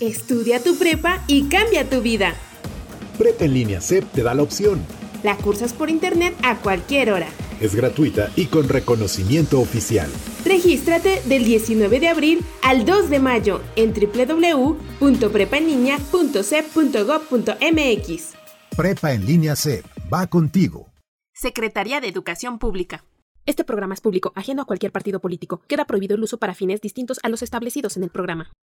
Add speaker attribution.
Speaker 1: Estudia tu prepa y cambia tu vida.
Speaker 2: Prepa en línea CEP te da la opción.
Speaker 1: La cursas por internet a cualquier hora.
Speaker 2: Es gratuita y con reconocimiento oficial.
Speaker 1: Regístrate del 19 de abril al 2 de mayo en www.prepaenlinea.cep.gov.mx.
Speaker 3: Prepa en línea CEP va contigo.
Speaker 1: Secretaría de Educación Pública. Este programa es público, ajeno a cualquier partido político. Queda prohibido el uso para fines distintos a los establecidos en el programa.